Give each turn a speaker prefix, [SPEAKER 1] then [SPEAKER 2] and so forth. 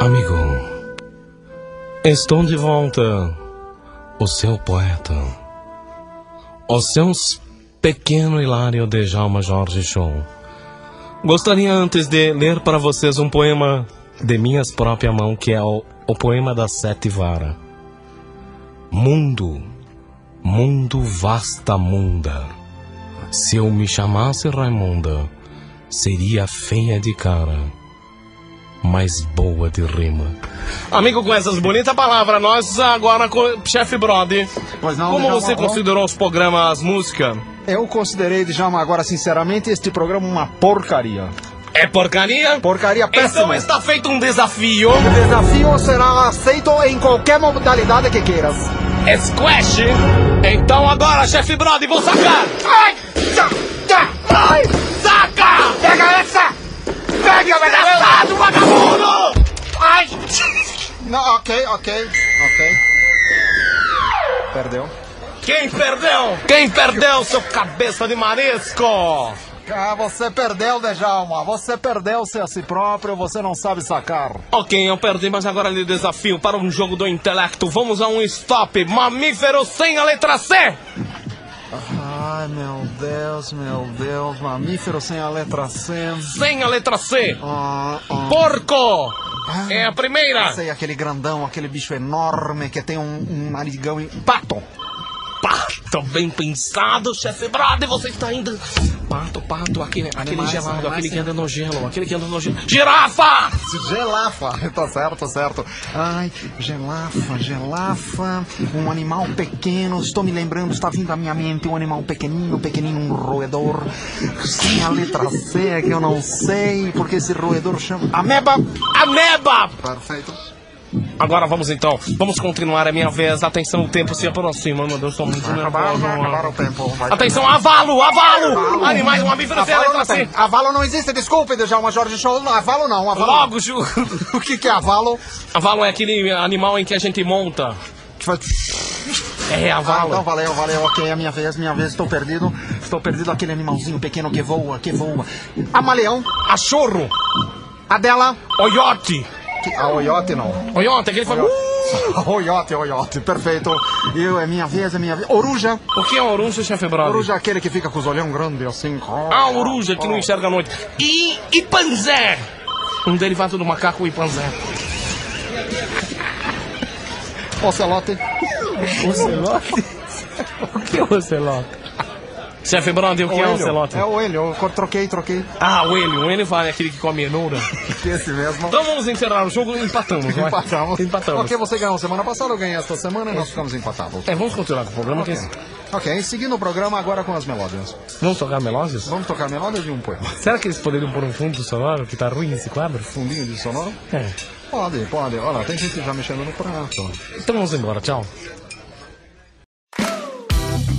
[SPEAKER 1] Amigo, estou de volta. O seu poeta. O seu pequeno hilário de Jalma Jorge Show. Gostaria antes de ler para vocês um poema de minhas própria mão, que é o, o poema da Sete Vara. Mundo, mundo vasta munda. Se eu me chamasse Raimunda, seria feia de cara mais boa de rima. Amigo, com essas bonitas palavras, nós agora com chefe Brody.
[SPEAKER 2] Pois não,
[SPEAKER 1] Como
[SPEAKER 2] Djalma,
[SPEAKER 1] você
[SPEAKER 2] bom.
[SPEAKER 1] considerou os programas música?
[SPEAKER 2] Eu considerei, Djalma, agora sinceramente, este programa uma porcaria.
[SPEAKER 1] É porcaria?
[SPEAKER 2] Porcaria
[SPEAKER 1] Então
[SPEAKER 2] péssima.
[SPEAKER 1] está feito um desafio.
[SPEAKER 2] O desafio será aceito em qualquer modalidade que queiras.
[SPEAKER 1] É Squash. Então agora, chefe Brody, vou sacar.
[SPEAKER 2] Ai! Tchá, tchá, ai!
[SPEAKER 1] Saca!
[SPEAKER 2] Pega essa! Pega,
[SPEAKER 1] Pelado, vagabundo!
[SPEAKER 2] Ai! Não, ok, ok, ok. Perdeu.
[SPEAKER 1] Quem perdeu? Quem perdeu, seu cabeça de marisco?
[SPEAKER 2] Ah, você perdeu, Djalma. Você perdeu-se a si próprio, você não sabe sacar.
[SPEAKER 1] Ok, eu perdi, mas agora lhe desafio para um jogo do intelecto. Vamos a um stop. Mamífero sem a letra C.
[SPEAKER 2] Ai, meu Deus, meu Deus. Mamífero sem a letra C.
[SPEAKER 1] Sem a letra C.
[SPEAKER 2] Ah, ah.
[SPEAKER 1] Porco. É a primeira.
[SPEAKER 2] Sei, aquele grandão, aquele bicho enorme que tem um, um narigão e... Pato!
[SPEAKER 1] Pato, bem pensado, chefe Brother, você está ainda. Pato, pato, aquele, aquele
[SPEAKER 2] Animais,
[SPEAKER 1] gelado,
[SPEAKER 2] animais,
[SPEAKER 1] aquele que
[SPEAKER 2] sim.
[SPEAKER 1] anda no gelo, aquele que anda no gelo. Girafa!
[SPEAKER 2] Gelafa! Tá certo, tá certo. Ai, gelafa, gelafa. Um animal pequeno, estou me lembrando, está vindo à minha mente um animal pequenino, pequenino, um roedor. Sem a letra C, é que eu não sei, porque esse roedor chama... Ameba!
[SPEAKER 1] Ameba!
[SPEAKER 2] Perfeito.
[SPEAKER 1] Agora vamos então, vamos continuar, é minha vez. Atenção, o tempo se aproxima, meu Deus, estou muito
[SPEAKER 2] Acabaram, vai acabar o
[SPEAKER 1] nervoso.
[SPEAKER 2] tempo. Vai
[SPEAKER 1] Atenção, avalo, avalo! Animais, um mamífero sem a letra
[SPEAKER 2] Avalo não
[SPEAKER 1] C.
[SPEAKER 2] tem. Avalo não existe, desculpe, Djalma Jorge Show. não, Avalo não, avalo.
[SPEAKER 1] Logo, Ju.
[SPEAKER 2] O que, que é avalo?
[SPEAKER 1] Avalo é aquele animal em que a gente monta.
[SPEAKER 2] Que faz-
[SPEAKER 1] É,
[SPEAKER 2] Ah,
[SPEAKER 1] avalo.
[SPEAKER 2] então valeu, valeu, ok, é minha vez, minha vez, estou perdido. Estou perdido aquele animalzinho pequeno que voa, que voa. Amaleão,
[SPEAKER 1] Achorro.
[SPEAKER 2] a dela.
[SPEAKER 1] Oiote.
[SPEAKER 2] Que- A oiote não.
[SPEAKER 1] Oiote, aquele foi.
[SPEAKER 2] Oiote, oiote, perfeito. Eu, é minha vez, é minha vez. Oruja,
[SPEAKER 1] O que é oruja, chefe Brother?
[SPEAKER 2] oruja é aquele que fica com os olhão grande assim. ó.
[SPEAKER 1] A Ah, oruja um que não enxerga a noite. E, e panzé. Um derivado do macaco e panzé.
[SPEAKER 2] Ocelote.
[SPEAKER 1] O que é ocelote? Chefe Brother, o que é
[SPEAKER 2] Oelho.
[SPEAKER 1] ocelote?
[SPEAKER 2] É o elho, eu co- troquei, troquei.
[SPEAKER 1] Ah, o ele. O ele vale aquele que come enoura.
[SPEAKER 2] Esse mesmo.
[SPEAKER 1] Então vamos encerrar o jogo e empatamos, vai.
[SPEAKER 2] Empatamos.
[SPEAKER 1] Empatamos.
[SPEAKER 2] Porque você ganhou semana passada, eu ganhei esta semana e nós ficamos empatados.
[SPEAKER 1] É, vamos continuar com o programa. que-
[SPEAKER 2] Ok, seguindo o programa agora com as melódias.
[SPEAKER 1] Vamos tocar melódias?
[SPEAKER 2] Vamos tocar melódias de um poema.
[SPEAKER 1] Será que eles poderiam pôr um fundo sonoro que tá ruim esse quadro?
[SPEAKER 2] Fundinho de sonoro?
[SPEAKER 1] É.
[SPEAKER 2] Pode, pode. Olha lá, tem gente já mexendo no prato.
[SPEAKER 1] Então vamos embora, tchau.